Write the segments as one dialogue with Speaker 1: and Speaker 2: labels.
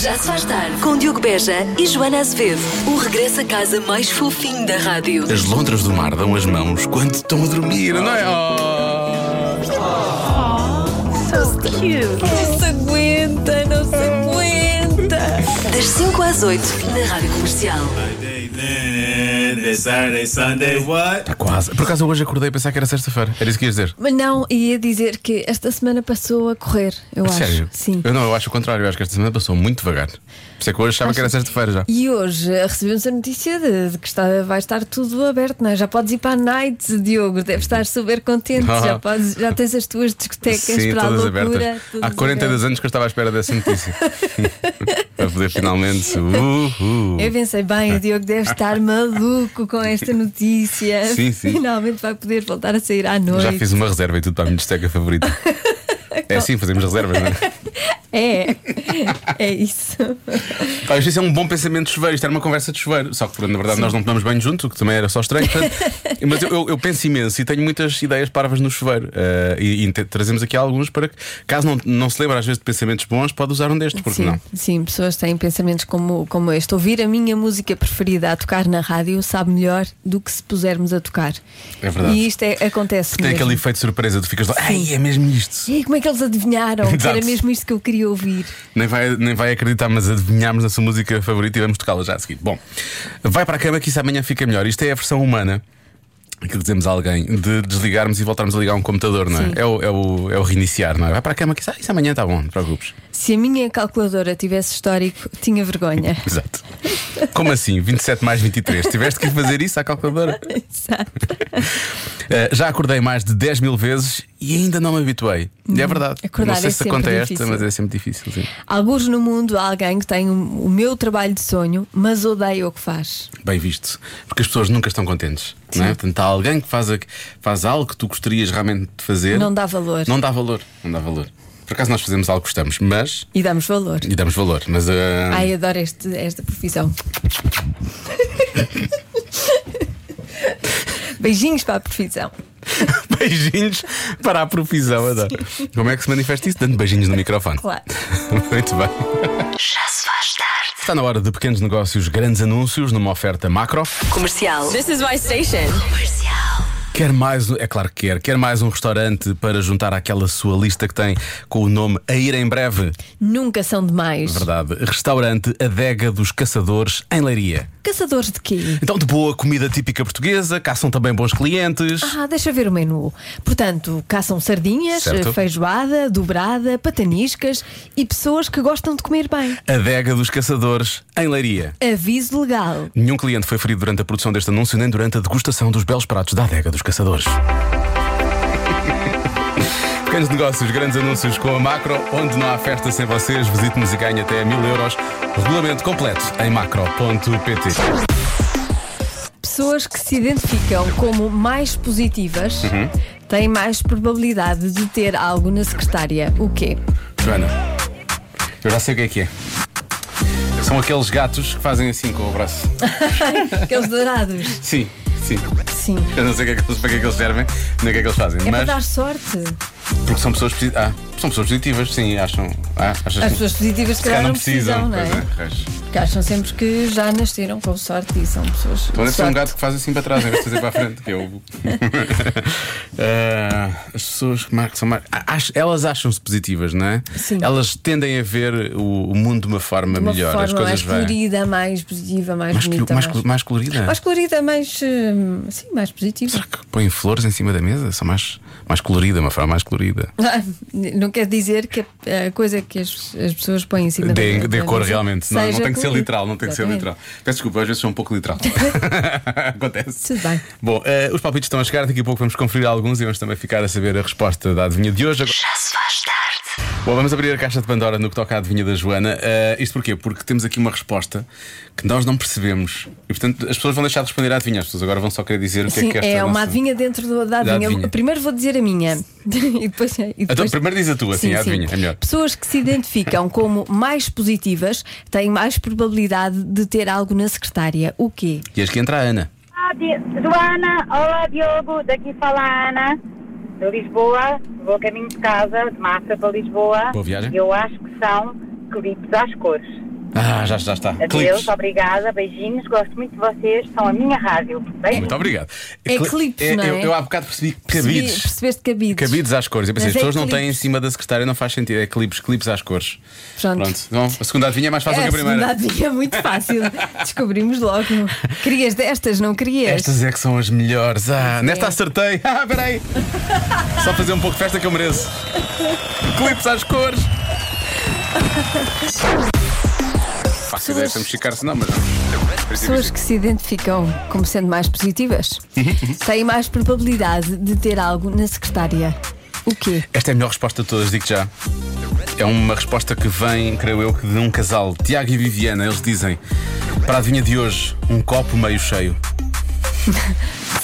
Speaker 1: Já se faz tarde com Diogo Beja e Joana Azevedo. O regresso a casa mais fofinho da rádio.
Speaker 2: As lontras do mar dão as mãos quando estão a dormir, não é? Oh.
Speaker 1: Não se aguenta, não se aguenta. Das 5 às 8 na rádio comercial.
Speaker 3: Friday, then it's Saturday, Sunday, what?
Speaker 2: Está Tá quase. Por acaso hoje acordei a pensar que era sexta-feira. Era isso que ias dizer.
Speaker 4: Mas não, ia dizer que esta semana passou a correr, eu acho.
Speaker 2: Sério?
Speaker 4: Sim.
Speaker 2: Eu não, eu acho o contrário. Eu acho que esta semana passou muito devagar. Por isso é que hoje achava que era sexta-feira já.
Speaker 4: E hoje eh, recebemos a notícia de, de que está, vai estar tudo aberto, não é? Já podes ir para a night, Diogo,
Speaker 2: Uhum.
Speaker 4: deve estar super contente. Já, podes, já tens as tuas discotecas
Speaker 2: Ah. Sim,
Speaker 4: é para a
Speaker 2: todas
Speaker 4: loucura.
Speaker 2: abertas.
Speaker 4: tudo
Speaker 2: Há 42
Speaker 4: aberto.
Speaker 2: anos que eu estava à espera dessa notícia. Para poder finalmente. Uhul.
Speaker 4: Eu pensei, bem, o Diogo deve estar maluco com esta notícia.
Speaker 2: Sim, sim.
Speaker 4: Finalmente vai poder voltar a sair à
Speaker 2: Já
Speaker 4: noite.
Speaker 2: fiz uma reserva e tudo para a minha desteca favorita. É assim, fazemos reservas, não é?
Speaker 4: É, é isso.
Speaker 2: Pá, isto é um bom pensamento de chuveiro, isto era uma conversa de chuveiro, só que na verdade nós não tomamos banho junto, o que também era só estranho. portanto, mas eu, eu- eu penso imenso e tenho muitas ideias parvas no chuveiro. eh, e e te- trazemos aqui alguns para que, caso não, não se lembre às vezes de pensamentos bons, pode usar um destes, porque
Speaker 4: sim,
Speaker 2: não?
Speaker 4: sim, pessoas têm pensamentos como, como este. Ouvir a minha música preferida a tocar na rádio sabe melhor do que se pusermos a tocar.
Speaker 2: É verdade.
Speaker 4: E isto é, acontece.
Speaker 2: Tem
Speaker 4: mesmo.
Speaker 2: aquele efeito de surpresa, tu ficas lá, ai, é mesmo isto.
Speaker 4: E aí, como é que eles adivinharam? que Era
Speaker 2: Exato.
Speaker 4: mesmo isto que eu queria ouvir.
Speaker 2: Nem vai, nem vai acreditar, mas adivinhámos a sua música favorita e vamos tocá-la já a seguir. Bom, vai para a cama que isso amanhã fica melhor. Isto é a versão humana. Que dizemos a alguém de desligarmos e voltarmos a ligar um computador, não é?
Speaker 4: Sim.
Speaker 2: É o, é, o, é o reiniciar, não é? Vai para a cama que isso, ah, isso amanhã está bom, não te preocupes.
Speaker 4: Se a minha calculadora tivesse histórico, tinha vergonha.
Speaker 2: Exato. Como assim? 27 mais 23. Tiveste que fazer isso à calculadora?
Speaker 4: Exato.
Speaker 2: Eh, já acordei mais de 10 mil vezes e ainda não me habituei. E é verdade.
Speaker 4: acordar
Speaker 2: não sei
Speaker 4: é
Speaker 2: se a
Speaker 4: sempre
Speaker 2: conta é esta,
Speaker 4: difícil.
Speaker 2: mas é sempre difícil. Sim.
Speaker 4: Alguns no mundo há alguém que tem o o meu trabalho de sonho, mas odeia o que faz.
Speaker 2: Bem visto. Porque as pessoas nunca estão contentes. Não é? Portanto, há alguém que faz, a- faz algo que tu gostarias realmente de fazer.
Speaker 4: Não dá valor.
Speaker 2: Não dá valor. Não dá valor. Por acaso nós fazemos algo que gostamos, mas.
Speaker 4: E damos valor.
Speaker 2: E damos valor. Mas. eh,
Speaker 4: Ai, adoro este- esta profissão. Beijinhos para a profissão.
Speaker 2: Beijinhos para a profissão, adoro. Como é que se manifesta isso? Dando beijinhos no microfone.
Speaker 4: Claro.
Speaker 2: Muito bem.
Speaker 1: Já se faz tarde.
Speaker 2: Está na hora de pequenos negócios, grandes anúncios, numa oferta macro.
Speaker 1: Comercial.
Speaker 5: This is my station.
Speaker 1: Comercial.
Speaker 2: Quer mais, é claro que quer, quer mais um restaurante para juntar àquela sua lista que tem com o nome A Ir em Breve.
Speaker 4: Nunca são demais.
Speaker 2: Verdade. Restaurante Adega dos Caçadores em Leiria.
Speaker 4: Caçadores de quê?
Speaker 2: Então, de boa comida típica portuguesa, caçam também bons clientes.
Speaker 4: Ah, deixa ver o menu. Portanto, caçam sardinhas,
Speaker 2: Certo.
Speaker 4: feijoada, dobrada, pataniscas e pessoas que gostam de comer bem.
Speaker 2: Adega dos Caçadores em Leiria.
Speaker 4: Aviso legal.
Speaker 2: Nenhum cliente foi ferido durante a produção deste anúncio nem durante a degustação dos belos pratos da Adega dos Caçadores. Pequenos negócios, grandes anúncios com a Macro, onde não há festa sem vocês. Visite-nos e ganhe até mil euros. Regulamento completo em macro.pt.
Speaker 4: Pessoas que se identificam como mais positivas têm mais probabilidade de ter algo na secretária. O quê?
Speaker 2: Joana, eu já sei o que é que é. São aqueles gatos que fazem assim com o braço.
Speaker 4: Aqueles dourados.
Speaker 2: Sim, sim.
Speaker 4: Sim.
Speaker 2: Eu não sei o que é que eles- para que é que eles servem, nem o que é que eles fazem,
Speaker 4: É para dar
Speaker 2: mas
Speaker 4: sorte.
Speaker 2: porque são pessoas, posi- ah, são pessoas positivas, sim, acham. Ah, achas
Speaker 4: As pessoas positivas,
Speaker 2: Se
Speaker 4: se
Speaker 2: calhar
Speaker 4: calhar, não precisam, não é?
Speaker 2: pois pois.
Speaker 4: Porque acham sempre que já nasceram com sorte e são pessoas.
Speaker 2: Então
Speaker 4: de
Speaker 2: deve ser um
Speaker 4: sorte.
Speaker 2: gato que faz assim para trás em vez de fazer para a frente, que é o. Ah, as pessoas que marcam, são mar- Ah, ach- elas acham-se positivas, não é?
Speaker 4: Sim.
Speaker 2: Elas tendem a ver o, o mundo de uma forma
Speaker 4: uma
Speaker 2: melhor,
Speaker 4: forma
Speaker 2: as coisas
Speaker 4: mais
Speaker 2: vão.
Speaker 4: colorida, mais positiva, mais,
Speaker 2: Mais,
Speaker 4: bonita.
Speaker 2: mais,
Speaker 4: Mais,
Speaker 2: col- mais colorida.
Speaker 4: mais colorida, mais. hum, Sim, mais positiva.
Speaker 2: Será que põem flores em cima da mesa? São mais, mais colorida, uma forma mais colorida.
Speaker 4: Ah, Não quer dizer que a a coisa que as, as pessoas põem em cima
Speaker 2: Dê,
Speaker 4: da
Speaker 2: dê
Speaker 4: da
Speaker 2: cor
Speaker 4: mesa
Speaker 2: realmente, não, não
Speaker 4: é, seja
Speaker 2: tem que ser
Speaker 4: colorida.
Speaker 2: literal, não tem que ser
Speaker 4: Exatamente.
Speaker 2: literal. Peço desculpa, às vezes sou um pouco literal. Acontece.
Speaker 4: Tudo bem.
Speaker 2: Bom, eh, os palpites estão a chegar, daqui a pouco vamos conferir alguns e vamos também ficar a saber a resposta da adivinha de hoje. Agora-
Speaker 1: Já se faz tarde.
Speaker 2: Bom, vamos abrir a caixa de Pandora no que toca à adivinha da Joana. Eh, isto porquê? Porque temos aqui uma resposta que nós não percebemos. E portanto as pessoas vão deixar de responder à adivinha, as pessoas agora vão só querer dizer o que é
Speaker 4: Sim,
Speaker 2: que esta
Speaker 4: é uma
Speaker 2: nossa-
Speaker 4: adivinha dentro do- da adivinha. Eu-
Speaker 2: adivinha.
Speaker 4: Primeiro vou dizer a minha. e depois, e
Speaker 2: Então,
Speaker 4: depois-
Speaker 2: primeiro diz a tua, sim, a adivinha, é melhor.
Speaker 4: Pessoas que se identificam como mais positivas têm mais probabilidade de ter algo na secretária. O quê?
Speaker 2: E acho que entra a Ana.
Speaker 6: Olá, Di- Joana, olá Diogo, daqui fala a Ana, de Lisboa, vou a caminho de casa, de Mafra para Lisboa.
Speaker 2: Boa viagem.
Speaker 6: Eu acho que são clipes às cores.
Speaker 2: Ah, já, já está.
Speaker 6: Adeus,
Speaker 2: Clipes.
Speaker 6: obrigada, beijinhos, gosto muito de vocês, são a minha rádio. Beijinhos.
Speaker 2: Muito obrigado.
Speaker 4: É
Speaker 2: Cli-
Speaker 4: clipes, não é?
Speaker 2: Eu, eu há bocado percebi
Speaker 4: Percebi-
Speaker 2: cabides.
Speaker 4: Percebeste cabides.
Speaker 2: Cabides às cores. Eu pensei,
Speaker 4: Mas
Speaker 2: as pessoas
Speaker 4: é
Speaker 2: não têm em
Speaker 4: clipes.
Speaker 2: cima da secretária, não faz sentido. É clipes, clipes às cores.
Speaker 4: Pronto.
Speaker 2: Pronto. Então, a segunda adivinha é mais fácil
Speaker 4: É,
Speaker 2: que a primeira.
Speaker 4: segunda adivinha é muito fácil. Descobrimos logo. Querias destas, não querias?
Speaker 2: Estas é que são as melhores. Ah, nesta
Speaker 4: é.
Speaker 2: acertei. Ah, peraí. Só fazer um pouco de festa que eu mereço. Clipes às cores. Fácil ideia, estamos ficar-se não, mas
Speaker 4: Pessoas que se identificam como sendo mais positivas têm mais probabilidade de ter algo na secretária. O quê?
Speaker 2: Esta é a melhor resposta de todas, digo já. É uma resposta que vem, creio eu, que de um casal, Tiago e Viviana. Eles dizem: para a adivinha de hoje, um copo meio cheio.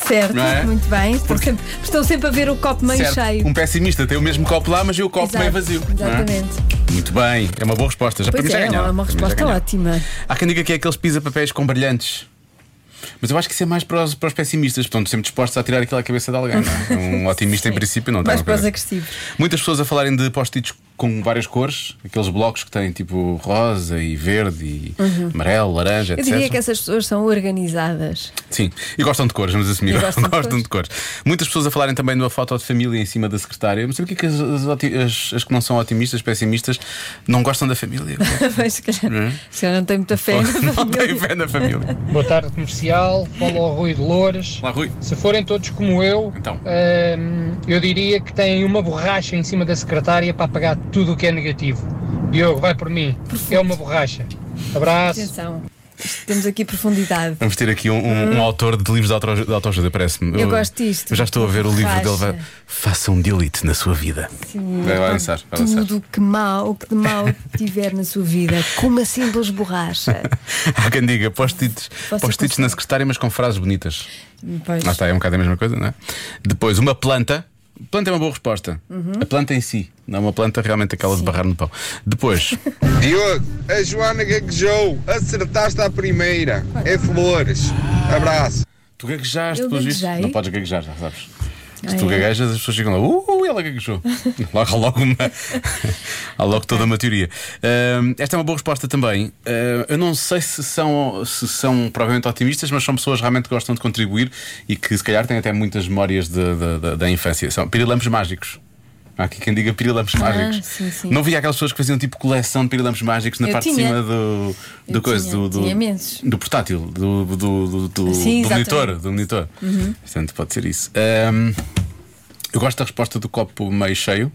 Speaker 4: Certo,
Speaker 2: Não é?
Speaker 4: muito bem. Estão sempre, estão sempre a ver o copo meio
Speaker 2: Certo,
Speaker 4: cheio.
Speaker 2: Um pessimista tem o mesmo copo lá, mas eu o copo
Speaker 4: Exato,
Speaker 2: meio vazio. não é?
Speaker 4: Exatamente.
Speaker 2: Muito bem, é uma boa resposta. Já para mim
Speaker 4: Pois
Speaker 2: já
Speaker 4: é, é
Speaker 2: ganharam. Para
Speaker 4: uma
Speaker 2: mim já
Speaker 4: resposta
Speaker 2: ganharam.
Speaker 4: ótima.
Speaker 2: Há quem diga que é aqueles pisa-papéis com brilhantes. Mas eu acho que isso é mais para os, para os pessimistas, portanto, sempre dispostos a tirar aquilo à cabeça de alguém. não é? Um otimista, em princípio, não
Speaker 4: Mais
Speaker 2: está
Speaker 4: para os agressivos.
Speaker 2: Muitas pessoas a falarem de post-its com várias cores, aqueles blocos que têm tipo rosa e verde e amarelo, laranja,
Speaker 4: Uhum. Eu
Speaker 2: etc.
Speaker 4: diria que é assim. essas pessoas são organizadas.
Speaker 2: Sim, e gostam de cores, vamos assumir.
Speaker 4: E gostam de
Speaker 2: cores. Muitas pessoas a falarem também de uma foto de família em cima da secretária. Eu Não sei porque é que as, as oti- as- as que não são otimistas, pessimistas, não gostam da família.
Speaker 4: Mas se calhar, se calhar não tem muita fé.
Speaker 2: é? não têm fé na família.
Speaker 5: Boa tarde comercial, falo ao Rui de Loures.
Speaker 2: Lá, Rui.
Speaker 5: Se forem todos como eu,
Speaker 2: Então.
Speaker 5: ehm, eu diria que têm uma borracha em cima da secretária para apagar tudo o que é negativo. Diogo, vai por mim. É uma borracha. Abraço.
Speaker 4: Atenção, isto temos aqui profundidade.
Speaker 2: Vamos ter aqui um, um- um autor de livros de autoajuda, de autoajuda, parece-me.
Speaker 4: Hum. Eu gosto disto.
Speaker 2: Eu já estou a ver o livro dele.
Speaker 4: Faixa.
Speaker 2: Vai, faça um delete na sua vida. Vai lá lançar, vai lançar.
Speaker 4: Tudo que mal, que de mal tiver na sua vida, com uma simples borracha.
Speaker 2: Há quem diga post-its
Speaker 4: Posso
Speaker 2: post-its na
Speaker 4: aconselhar?
Speaker 2: secretária, mas com frases bonitas.
Speaker 4: Pois.
Speaker 2: Lá está, é um bocado a mesma coisa, não é? Depois, uma planta. Planta é uma boa resposta. A planta em si. Não é uma planta realmente aquela de barrar no pão. Depois,
Speaker 7: Diogo, a Joana gaguejou. Acertaste à primeira. É flores. Abraço.
Speaker 2: tu gaguejaste,
Speaker 4: Eu
Speaker 2: pelos vistos.
Speaker 4: gaguejei?
Speaker 2: Não podes gaguejar, já sabes. Se
Speaker 4: Ah,
Speaker 2: tu
Speaker 4: é?
Speaker 2: gaguejas, as pessoas ficam lá, uh, ela gaguejou. Logo, há logo uma. Há logo toda uma teoria. Ahm, esta é uma boa resposta também. Ah, eu não sei se são, se são provavelmente otimistas, mas são pessoas realmente que gostam de contribuir e que se calhar têm até muitas memórias de- de- de- da infância. São pirilampos mágicos. Há aqui quem diga pirilampos mágicos.
Speaker 4: Ah, sim, sim.
Speaker 2: Não via aquelas pessoas que faziam tipo coleção de pirilampos mágicos na
Speaker 4: Eu
Speaker 2: parte de
Speaker 4: tinha.
Speaker 2: cima do, do
Speaker 4: Eu
Speaker 2: coisa,
Speaker 4: tinha,
Speaker 2: do, do,
Speaker 4: tinha imensos.
Speaker 2: do portátil, do, do, do, do-
Speaker 4: Sim,
Speaker 2: do monitor.
Speaker 4: exatamente. Uhum.
Speaker 2: Do monitor. Portanto, pode ser isso. Ahm, eu gosto da resposta do copo meio cheio,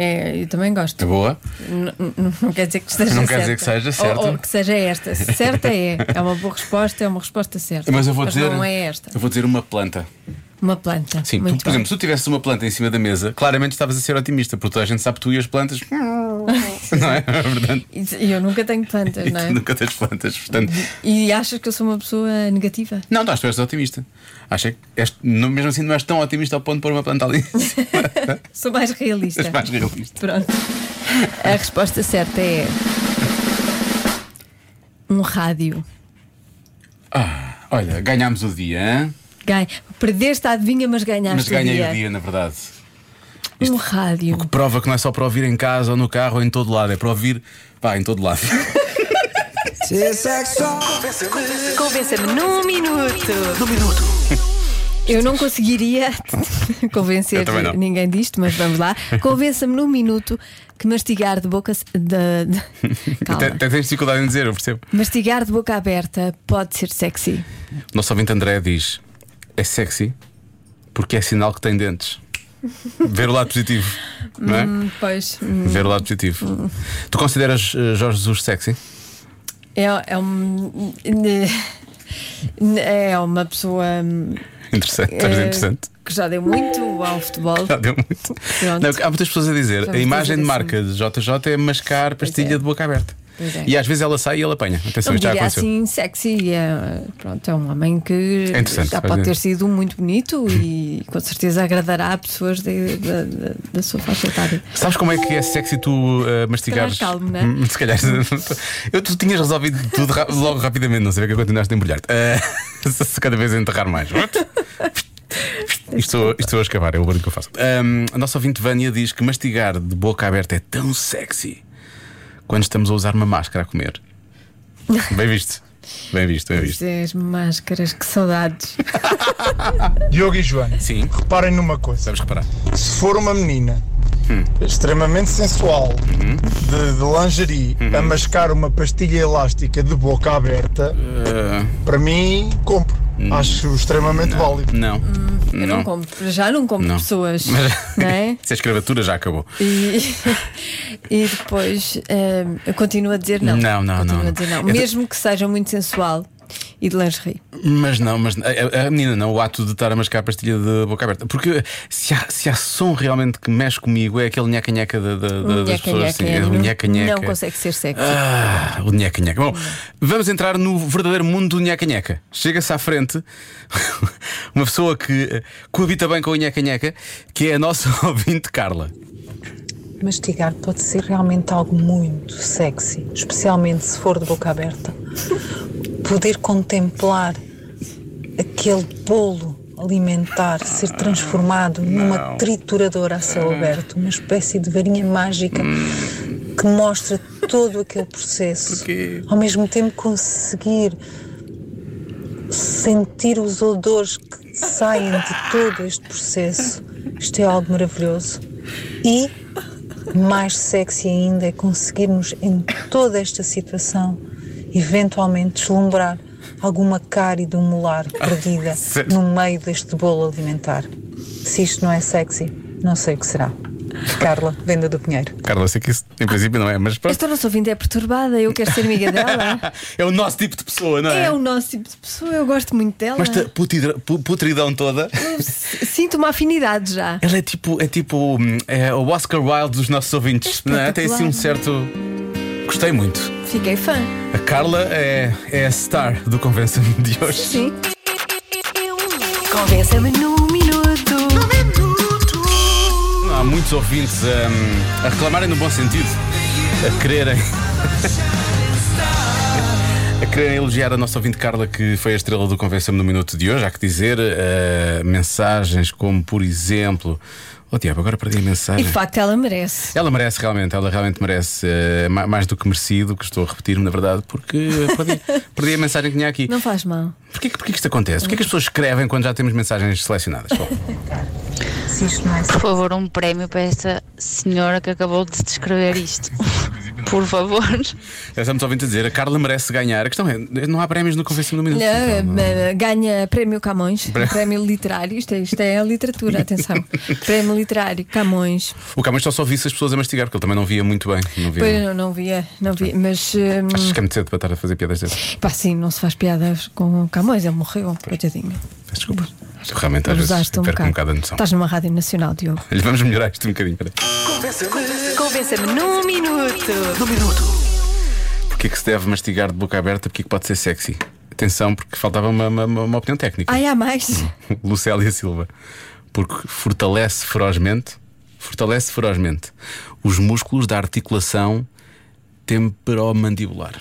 Speaker 4: É, eu também
Speaker 2: é
Speaker 4: gosto.
Speaker 2: boa.
Speaker 4: N- n- Não quer dizer que esteja
Speaker 2: Não quer
Speaker 4: certa.
Speaker 2: dizer que seja certa.
Speaker 4: Ou, ou que seja esta. Certa é. É uma boa resposta, é uma resposta certa.
Speaker 2: Mas eu vou dizer.
Speaker 4: não é esta.
Speaker 2: Eu vou dizer uma planta.
Speaker 4: Uma planta.
Speaker 2: Sim,
Speaker 4: Muito
Speaker 2: tu, por exemplo, se tu tivesses uma planta em cima da mesa, claramente estavas a ser otimista, porque toda a gente sabe que tu e as plantas. hum, não é? Portanto,
Speaker 4: bem. E eu nunca tenho plantas,
Speaker 2: e
Speaker 4: não é?
Speaker 2: tu nunca tens plantas. Portanto,
Speaker 4: E achas que eu sou uma pessoa negativa?
Speaker 2: não, não, acho que tu és otimista. Acho é que és, no- mesmo assim não és tão otimista ao ponto de pôr uma planta ali.
Speaker 4: Sou mais realista.
Speaker 2: és mais realista.
Speaker 4: Pronto. A resposta certa é. Um rádio.
Speaker 2: Ah, Olha, ganhámos o dia, hein?
Speaker 4: Ganha. Perdeste a adivinha, mas ganhaste
Speaker 2: mas ganhei
Speaker 4: o dia.
Speaker 2: o dia, na verdade.
Speaker 4: Um rádio.
Speaker 2: O que prova que não é só para ouvir em casa ou no carro ou em todo lado, é para ouvir, pá, em todo lado.
Speaker 1: Convença-me num minuto.
Speaker 4: Eu não conseguiria convencer
Speaker 2: Eu também não.
Speaker 4: ninguém disto, mas vamos lá. Convença-me num minuto que mastigar de boca. se- De, de-
Speaker 2: Até,
Speaker 4: calma.
Speaker 2: até tens dificuldade em dizer, eu percebo.
Speaker 4: Mastigar de boca aberta pode ser sexy.
Speaker 2: O nosso ouvinte André diz: é sexy porque é sinal que tem dentes. Ver o lado positivo, não é?
Speaker 4: Hum. Pois.
Speaker 2: Ver o lado positivo. Tu consideras eh, Jorge Jesus sexy?
Speaker 4: É, é um. É uma pessoa. hum,
Speaker 2: Interessante, estás a dizer
Speaker 4: eh,
Speaker 2: é interessante.
Speaker 4: Que já deu muito ao futebol.
Speaker 2: Já deu muito.
Speaker 4: Pronto.
Speaker 2: Não, há muitas pessoas a dizer:
Speaker 4: Já
Speaker 2: a
Speaker 4: me
Speaker 2: imagem de
Speaker 4: estás a
Speaker 2: marca de JJ é mascar pastilha de
Speaker 4: é.
Speaker 2: boca aberta.
Speaker 4: Pois é.
Speaker 2: E às vezes ela sai e ele apanha. Atenção,
Speaker 4: Não
Speaker 2: isto já
Speaker 4: diria
Speaker 2: aconteceu.
Speaker 4: assim sexy, é, pronto, é um homem que
Speaker 2: É interessante,
Speaker 4: já
Speaker 2: faz
Speaker 4: pode ter
Speaker 2: bem.
Speaker 4: sido muito bonito e com certeza agradará a pessoas de- da- da- da sua faixa etária.
Speaker 2: Sabes como é que é sexy tu uh, mastigares?
Speaker 4: calhar calmo, né?
Speaker 2: Hum, Se calhar. Eu, tu tinhas resolvido tudo ra- logo rapidamente, não sabia que continuaste a embrulhar-te. Uh, se cada vez a enterrar mais. Isto estou, estou a escavar, é o barulho que eu faço. Um, a nossa ouvinte Vânia diz que mastigar de boca aberta é tão sexy. quando estamos a usar uma máscara a comer. Bem visto. Bem visto, bem visto.
Speaker 4: é As máscaras, que saudades.
Speaker 8: Diogo e Joana,
Speaker 2: Sim,
Speaker 8: reparem numa coisa.
Speaker 2: vamos reparar.
Speaker 8: Se for uma menina
Speaker 7: Hum.
Speaker 8: extremamente sensual,
Speaker 7: Uhum.
Speaker 8: de, de lingerie, a mascar uma pastilha elástica de boca aberta,
Speaker 7: Eh.
Speaker 2: Ah,
Speaker 8: para mim, compro.
Speaker 7: Hum.
Speaker 8: Acho extremamente válido.
Speaker 2: não.
Speaker 4: Eu não, compro, para já não compro
Speaker 2: Não.
Speaker 4: pessoas.
Speaker 2: Mas-
Speaker 4: Hum, Não é?
Speaker 2: Se a escravatura já acabou.
Speaker 4: E, e depois hum, eu continuo a dizer não.
Speaker 2: Não, não,
Speaker 4: Continuo
Speaker 2: não, Então
Speaker 4: a dizer não.
Speaker 2: não. Eu
Speaker 4: Mesmo que seja muito sensual e de lingerie.
Speaker 2: Mas não, mas a, a- a menina não, o ato de estar a mascar a pastilha de boca aberta. Porque se há, se há som realmente que mexe comigo é aquele nheca-nheca da- da- da- das
Speaker 4: Nheca,
Speaker 2: pessoas.
Speaker 4: nheca,
Speaker 2: assim, é o
Speaker 4: não-
Speaker 2: nheca-nheca.
Speaker 4: Não consegue ser sexy.
Speaker 2: Ah, o nheca-nheca. Bom, vamos entrar no verdadeiro mundo do nheca-nheca. Chega-se à frente uma pessoa que eh, coabita bem com o nheca-nheca, que é a nossa ouvinte Carla.
Speaker 9: Mastigar pode ser realmente algo muito sexy, especialmente se for de boca aberta. Poder contemplar aquele bolo alimentar ser transformado numa trituradora a céu aberto, uma espécie de varinha mágica que mostra todo aquele processo.
Speaker 2: Porquê?
Speaker 9: Ao mesmo tempo conseguir sentir os odores que saem de todo este processo. Isto é algo maravilhoso. E mais sexy ainda é conseguirmos em toda esta situação eventualmente deslumbrar alguma cárie de um molar perdida
Speaker 2: sério?
Speaker 9: no meio deste bolo alimentar. Se isto não é sexy, não sei o que será. Carla, venda do Pinheiro.
Speaker 2: Carla, eu sei que isso em princípio não é, mas pronto.
Speaker 4: Esta nossa ouvinte é perturbada, eu quero ser amiga dela.
Speaker 2: É o nosso tipo de pessoa, não é?
Speaker 4: É o nosso tipo de pessoa, eu gosto muito dela.
Speaker 2: Mas esta putidra- pu- putridão toda.
Speaker 4: Eu s- Sinto uma afinidade já.
Speaker 2: Ela é tipo, é tipo hum, é o Oscar Wilde dos nossos ouvintes. Não é? Tem assim um certo. Gostei muito.
Speaker 4: Fiquei fã.
Speaker 2: A Carla é, é a star do Convença-me de hoje.
Speaker 4: Sim.
Speaker 1: Convença-me num minuto.
Speaker 2: Há muitos ouvintes hum, a reclamarem no bom sentido, a quererem. A quererem elogiar a nossa ouvinte Carla, que foi a estrela do Convenção no Minuto de hoje, há que dizer eh, mensagens como, por exemplo. Oh, Diabo, agora perdi a
Speaker 4: E
Speaker 2: mensagem.
Speaker 4: de facto ela merece.
Speaker 2: Ela merece realmente, ela realmente merece eh, ma- mais do que merecido, que estou a repetir-me, na verdade, porque eh, perdi, perdi a mensagem que tinha aqui.
Speaker 4: Não faz mal.
Speaker 2: Porquê, que- porquê que isto acontece? Porquê que as pessoas escrevem quando já temos mensagens selecionadas? Bom,
Speaker 9: Se isto não é
Speaker 10: Por favor, um prémio para esta senhora que acabou de descrever isto. Por favor.
Speaker 2: Já estamos ouvindo a dizer, a Carla merece ganhar. A questão é, não há prémios no Convenção do Minuto.
Speaker 4: Não,
Speaker 2: Então, não-
Speaker 4: eh, ganha prémio Camões, prémio literário. Isto é, isto é a literatura, atenção. prémio literário, Camões.
Speaker 2: O Camões só só visse as pessoas a mastigar, porque ele também não via muito bem. Não via.
Speaker 4: Pois não, não via, não via. Mas eh,
Speaker 2: Acho que é muito cedo para estar a fazer piadas dessas.
Speaker 4: pá, sim, não se faz piadas com o Camões, ele morreu, coitadinho.
Speaker 2: Peço desculpas. Eu realmente às vezes
Speaker 4: Abusaste
Speaker 2: perco
Speaker 4: um
Speaker 2: um bocado a
Speaker 4: bocado.
Speaker 2: noção.
Speaker 4: Estás numa rádio nacional, Diogo.
Speaker 2: Olha, Vamos melhorar isto um bocadinho. Peraí.
Speaker 1: Convença-me num minuto.
Speaker 2: Porquê que se deve mastigar de boca aberta? Porquê que pode ser sexy? Atenção, porque faltava uma, uma- uma- uma opinião técnica.
Speaker 4: Ai, há mais?
Speaker 2: Hum. Lucélia Silva. Porque fortalece ferozmente, fortalece ferozmente os músculos da articulação temperomandibular.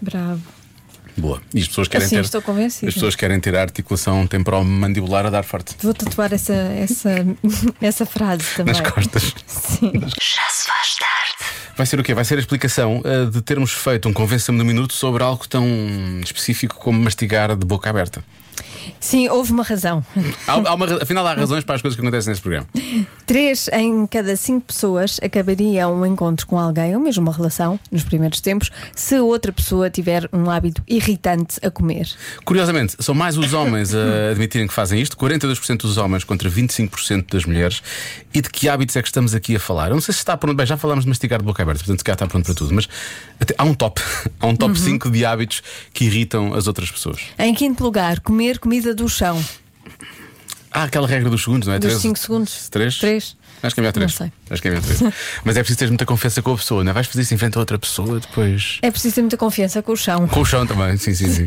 Speaker 4: Bravo.
Speaker 2: Boa. E as pessoas querem
Speaker 4: Assim,
Speaker 2: ter.
Speaker 4: estou convencida.
Speaker 2: As pessoas querem ter a articulação temporomandibular a dar forte.
Speaker 4: Vou tatuar essa, essa, essa frase também.
Speaker 2: Nas costas.
Speaker 4: Sim.
Speaker 1: Já se faz tarde.
Speaker 2: Vai ser o quê? Vai ser a explicação ah, de termos feito um convença-me no minuto sobre algo tão específico como mastigar de boca aberta.
Speaker 4: Sim, houve uma razão.
Speaker 2: Há- há uma ra- afinal, há razões para as coisas que acontecem nesse programa.
Speaker 4: Três em cada cinco pessoas acabariam um encontro com alguém, ou mesmo uma relação, nos primeiros tempos, se outra pessoa tiver um hábito irritante a comer.
Speaker 2: Curiosamente, são mais os homens a admitirem que fazem isto, 42% dos homens contra 25% das mulheres. E de que hábitos é que estamos aqui a falar? Eu não sei se está pronto, bem, já falámos de mastigar de boca aberta, portanto, se calhar está pronto para tudo, mas até- há um top, há um top
Speaker 4: Uhum.
Speaker 2: 5 de hábitos que irritam as outras pessoas.
Speaker 4: Em quinto lugar, comer comida do chão.
Speaker 2: Há aquela regra dos segundos, não é?
Speaker 4: Dos
Speaker 2: Treze-
Speaker 4: cinco segundos.
Speaker 2: Três?
Speaker 4: Três.
Speaker 2: Acho que é melhor três.
Speaker 4: Não sei.
Speaker 2: Acho que é melhor três. Mas é preciso ter muita confiança com a pessoa, não é? Vais fazer isso em frente a outra pessoa, depois.
Speaker 4: É preciso ter muita confiança com o chão.
Speaker 2: Com o chão também, sim, sim, sim.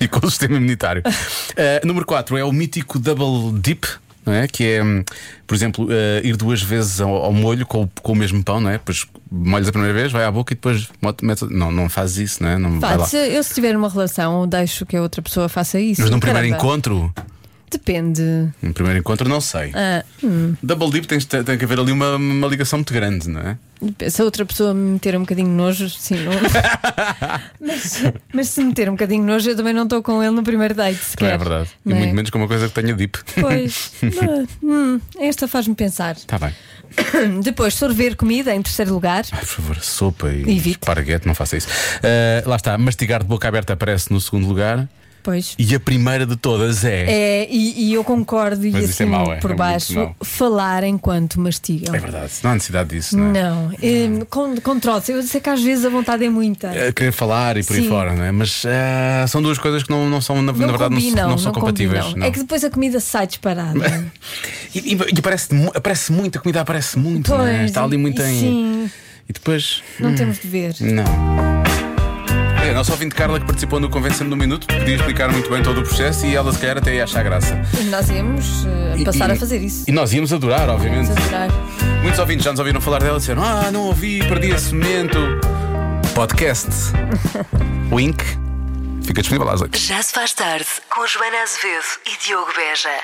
Speaker 2: e com o sistema imunitário. Ah, número 4 é o mítico double dip. Não é? Que é, hum, por exemplo, ah, ir duas vezes ao, ao molho com, o- com o mesmo pão, não é? Depois molhas a primeira vez, vai à boca e depois moto- metes. Não, não fazes isso, não é? Não, vai
Speaker 4: Pá,
Speaker 2: lá.
Speaker 4: se eu se tiver uma relação, deixo que a outra pessoa faça isso.
Speaker 2: Mas num primeiro
Speaker 4: Caramba.
Speaker 2: encontro,
Speaker 4: Depende.
Speaker 2: No primeiro encontro, não sei.
Speaker 4: Ah, hum.
Speaker 2: Double Deep tens- tem, tem que haver ali uma, uma ligação muito grande, não é?
Speaker 4: Se a outra pessoa me meter um bocadinho nojo, sim, não. mas, mas se meter um bocadinho nojo, eu também não estou com ele no primeiro date
Speaker 2: Não
Speaker 4: sequer.
Speaker 2: é verdade. E
Speaker 4: Não é?
Speaker 2: muito menos com uma coisa que tenha Deep.
Speaker 4: Pois, não, hum, esta faz-me pensar. Hum,
Speaker 2: Está Tá bem.
Speaker 4: Depois, sorver comida em terceiro lugar.
Speaker 2: Por favor, sopa e
Speaker 4: Evite.
Speaker 2: esparguete, não faça isso. Ah, lá está, mastigar de boca aberta aparece no segundo lugar.
Speaker 4: Pois.
Speaker 2: E a primeira de todas é.
Speaker 4: É, e, e eu concordo, e
Speaker 2: Mas isso
Speaker 4: assim
Speaker 2: é mau, é? É
Speaker 4: por
Speaker 2: muito
Speaker 4: baixo,
Speaker 2: mau.
Speaker 4: falar enquanto mastigam.
Speaker 2: É verdade, não há necessidade disso, não é?
Speaker 4: Não, hum, con- controle-se. Eu sei que às vezes a vontade é muita.
Speaker 2: a querer falar e por aí
Speaker 4: Sim.
Speaker 2: fora, não é? Mas ah, são duas coisas que não, não são, na,
Speaker 4: Não
Speaker 2: na verdade, não se-
Speaker 4: combinam,
Speaker 2: não, são compatíveis.
Speaker 4: combinam.
Speaker 2: não.
Speaker 4: É que depois a comida sai disparada.
Speaker 2: E, e- e aparece, mu- aparece muito, a comida aparece muito, não é?
Speaker 4: Pois,
Speaker 2: Está ali muito
Speaker 4: e
Speaker 2: em.
Speaker 4: Sim,
Speaker 2: E depois.
Speaker 4: não
Speaker 2: hum,
Speaker 4: temos de ver.
Speaker 2: Não. É, a nossa ouvinte Carla que participou no Convença-me no Minuto podia explicar muito bem todo o processo e ela se calhar até ia achar graça.
Speaker 4: Nós íamos eh,
Speaker 2: Hum. E-
Speaker 4: passar
Speaker 2: e-
Speaker 4: a fazer isso.
Speaker 2: E nós íamos adorar, obviamente.
Speaker 4: Vamos adorar.
Speaker 2: Muitos ouvintes já nos ouviram falar dela e disseram: Ah, não ouvi, perdi esse momento. Podcast. Wink. Fica disponível às 8.
Speaker 1: Já se faz tarde com Joana Azevedo e Diogo Beja.